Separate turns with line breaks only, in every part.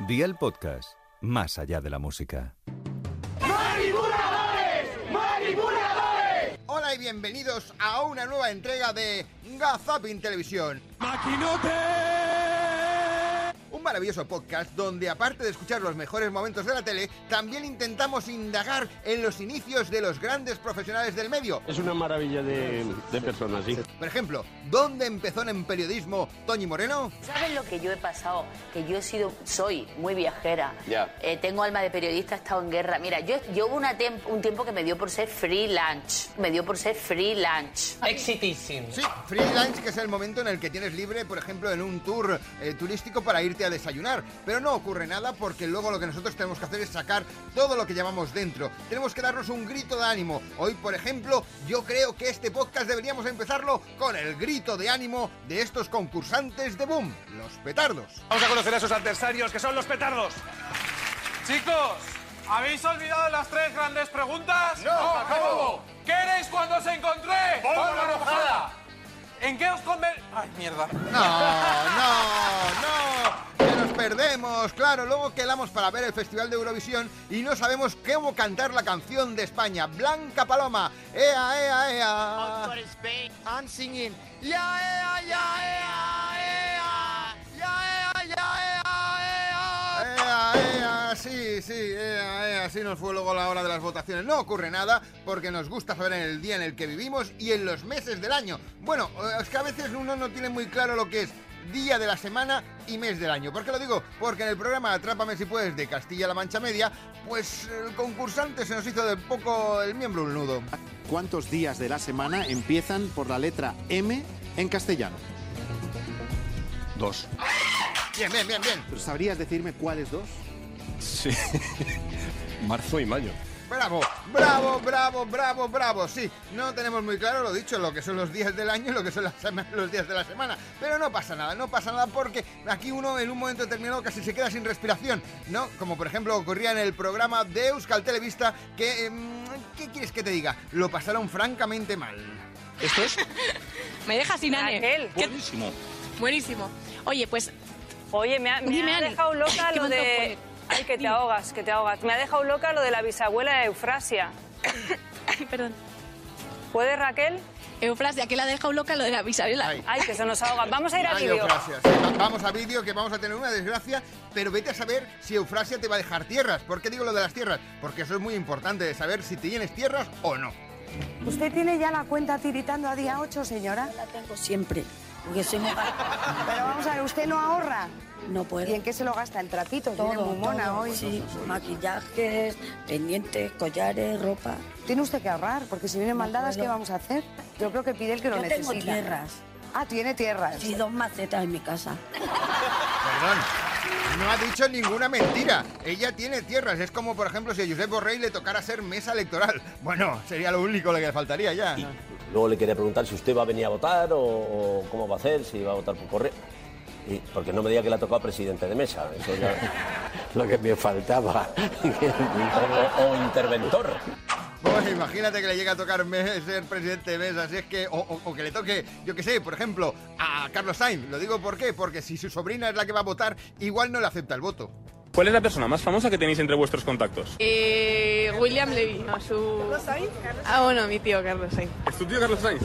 Día el podcast, más allá de la música.
Hola y bienvenidos a una nueva entrega de Gazapin Televisión. Un maravilloso podcast donde aparte de escuchar los mejores momentos de la tele, también intentamos indagar en los inicios de los grandes profesionales del medio.
Es una maravilla de, de personas, sí.
Por ejemplo, ¿dónde empezó en periodismo Toñi Moreno?
¿Sabes lo que yo he pasado? Que yo he sido, soy muy viajera.
Ya.
Eh, tengo alma de periodista, he estado en guerra. Mira, yo, yo hubo una tem- un tiempo que me dio por ser freelance. Me dio por ser freelance.
Exitísimo.
Sí, freelance, que es el momento en el que tienes libre, por ejemplo, en un tour eh, turístico para irte a desayunar. Pero no ocurre nada porque luego lo que nosotros tenemos que hacer es sacar todo lo que llevamos dentro. Tenemos que darnos un grito de ánimo. Hoy, por ejemplo, yo creo que este podcast deberíamos empezarlo con el grito de ánimo de estos concursantes de Boom, los petardos.
Vamos a conocer a esos adversarios que son los petardos. Chicos, ¿habéis olvidado las tres grandes preguntas? No, acabo. ¿Qué eres cuando os encontré? Pólvora mojada. ¿En qué os conver... Ay, mierda.
No, no, no. Que nos perdemos, claro. Luego quedamos para ver el Festival de Eurovisión y no sabemos cómo cantar la canción de España. Blanca Paloma. Ea, ea, ea.
I'm singing. Ya ea, ya eh, ea, ea. ah, Ya ea, ya eh, ah, ea, ea.
Ea, ea, ah, eh, sí, eh, sí, ea, ea, sí nos fue luego la hora de las votaciones. No ocurre nada porque nos gusta saber en el día en el que vivimos y en los meses del año. Bueno, eh, es que a veces uno no tiene muy claro lo que es día de la semana y mes del año. ¿Por qué lo digo? Porque en el programa Atrápame si puedes de Castilla-La Mancha Media, pues el concursante se nos hizo de poco el miembro un nudo.
¿Cuántos días de la semana empiezan por la letra M en castellano?
Dos.
Bien, bien, bien, bien.
¿Pero ¿Sabrías decirme cuáles dos?
Sí. Marzo y mayo.
Bravo, bravo, bravo, bravo, bravo. Sí, no tenemos muy claro lo dicho, lo que son los días del año y lo que son las sema- los días de la semana. Pero no pasa nada, no pasa nada porque aquí uno en un momento determinado casi se queda sin respiración, ¿no? Como por ejemplo ocurría en el programa de Euskal Televista que... eh, ¿Qué quieres que te diga? Lo pasaron francamente mal.
¿Esto es?
Me deja sin Ane.
Raquel.
Buenísimo.
Buenísimo. Oye, pues
Oye, me ha, me
Dime,
ha
Ani.
dejado loca
¿Qué
lo
más nos
de...
pones?
Pues,
Ay, que te
Dime.
ahogas, que te ahogas. Me ha dejado loca lo de la bisabuela de Eufrasia.
Perdón.
¿Puede, Raquel?
Eufrasia, que la ha dejado loca lo de la bisabuela.
Ay.
Ay, que se nos ahoga. Vamos a ir al
Ay,
vídeo.
Eufrasia, sí, va- Vamos a vídeo que vamos a tener una desgracia, pero vete a saber si Eufrasia te va a dejar tierras. ¿Por qué digo lo de las tierras? Porque eso es muy importante de saber si tienes tierras o no.
¿Usted tiene ya la cuenta tiritando a día 8, señora? La tengo siempre, porque soy muy... Pero vamos a ver, ¿usted no ahorra? No puedo. ¿Y en qué se lo gasta? ¿En trapitos? Tiene muy mona hoy. Sí, maquillajes, pendientes, collares, ropa. Tiene usted que ahorrar, porque si vienen maldadas, ¿qué vamos a hacer? Yo creo que pide el que lo necesita. tengo tierras. Ah, tiene tierras. Sí, dos macetas en mi casa.
Perdón. No ha dicho ninguna mentira. Ella tiene tierras. Es como, por ejemplo, si a Josep Borrell le tocara ser mesa electoral. Bueno, sería lo único lo que le faltaría ya.
Luego le quería preguntar si usted va a venir a votar o, o cómo va a hacer, si va a votar por correo. Y- porque no me diga que le ha tocado presidente de mesa. Eso ya es lo que me faltaba. o, o- o interventor.
Pues imagínate que le llega a tocar me- ser presidente de mesa. Así es que, o, o- o que le toque, yo qué sé, por ejemplo, a Carlos Sainz. Lo digo por qué, porque si su sobrina es la que va a votar, igual no le acepta el voto.
¿Cuál es la persona más famosa que tenéis entre vuestros contactos?
Eh, William Levy, a su... ¿Carlos Sainz? Ah, bueno, mi tío Carlos Sainz.
¿Es tu tío Carlos Sainz?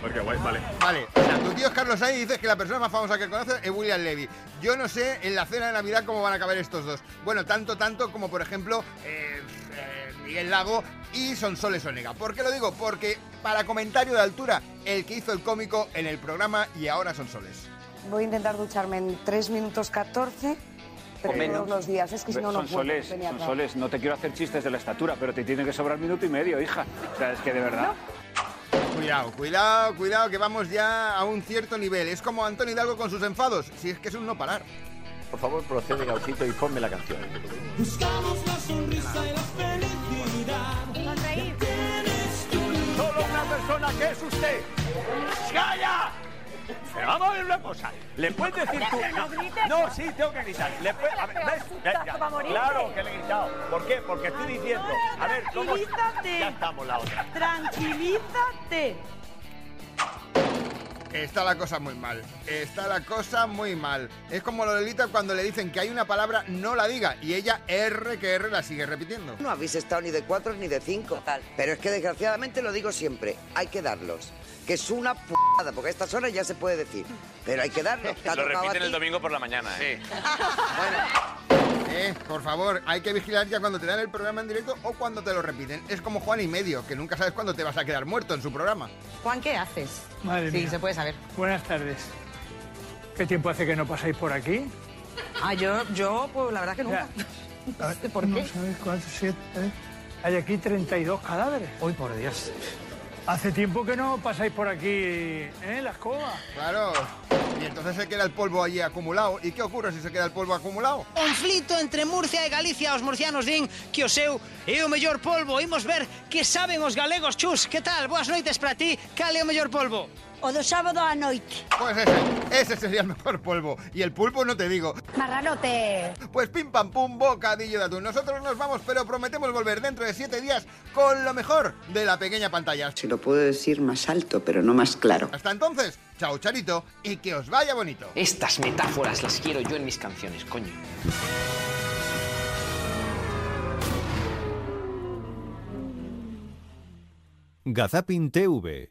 Porque guay, vale.
Vale, o sea, tu tío es Carlos Sainz y dices que la persona más famosa que conoces es William Levy. Yo no sé en la cena de Navidad cómo van a caber estos dos. Bueno, tanto, tanto como por ejemplo eh, eh, Miguel Lago y Sonsoles Onega. ¿Por qué lo digo? Porque para comentario de altura, el que hizo el cómico en el programa y ahora Sonsoles.
Voy a intentar ducharme en 3 minutos 14, pero todos los días. Es que si Pues no, no puedo. venía a trabajar.
no te quiero hacer chistes de la estatura, pero te tiene que sobrar minuto y medio, hija. O sea, es que de verdad.
Cuidado, cuidado, cuidado, que vamos ya a un cierto nivel. Es como Antonio Hidalgo con sus enfados, si es que es un no parar.
Por favor, procede, Gausito, y ponme la canción.
Solo una persona que es usted. ¡Calla! Pero vamos a ver una cosa. ¿Le puedes decir tú?
no grites.
No, sí, tengo que gritar. Le puedes- a ver,
Pero
¿ves?
asustazo
Ya, ya.
pa' morirte.
Claro que le he gritado. ¿Por qué? Porque estoy diciendo. A ver, ¿cómo?
Tranquilízate.
Ya estamos la otra.
Tranquilízate.
Está la cosa muy mal. Está la cosa muy mal. Es como Lolita cuando le dicen que hay una palabra, no la diga. Y ella R que R la sigue repitiendo.
No habéis estado ni de cuatro ni de cinco. Pero es que desgraciadamente lo digo siempre, hay que darlos. Que es una p***ada, porque a estas horas ya se puede decir. Pero hay que darlos. Te ha
Lo
tocado a
repiten el
ti.
domingo por la mañana, ¿eh?
Eh, por favor, hay que vigilar ya cuando te dan el programa en directo o cuando te lo repiten. Es como Juan y medio, que nunca sabes cuándo te vas a quedar muerto en su programa.
Juan, ¿qué haces?
Madre
sí,
mía.
se puede saber.
Buenas tardes. ¿Qué tiempo hace que no pasáis por aquí?
Ah, yo, yo, pues la verdad que nunca.
¿Por qué? No sabes cuántos siete, ¿eh? Hay aquí 32 cadáveres. Uy, por Dios. Hace tiempo que no pasáis por aquí, ¿eh? La escoba.
Claro. Y entonces se queda el polvo allí acumulado. ¿Y qué ocurre si se queda el polvo acumulado?
conflito entre Murcia e Galicia. Os murcianos din que o seu é o mellor polvo. Imos ver que saben os galegos. Chus, que tal? Boas noites para ti. Cal é o mellor polvo? O do sábado á noite.
Pues ese, ese sería el mejor polvo. Y el pulpo no te digo.
Marranote.
Pues pim pam pum, bocadillo de atún. Nosotros nos vamos, pero prometemos volver dentro de siete días con lo mejor de la pequeña pantalla.
Se lo puedo decir más alto, pero no más claro.
Hasta entonces, chao charito y que os vaya bonito.
Estas metáforas las quiero yo en mis canciones, coño.
Gazapin TV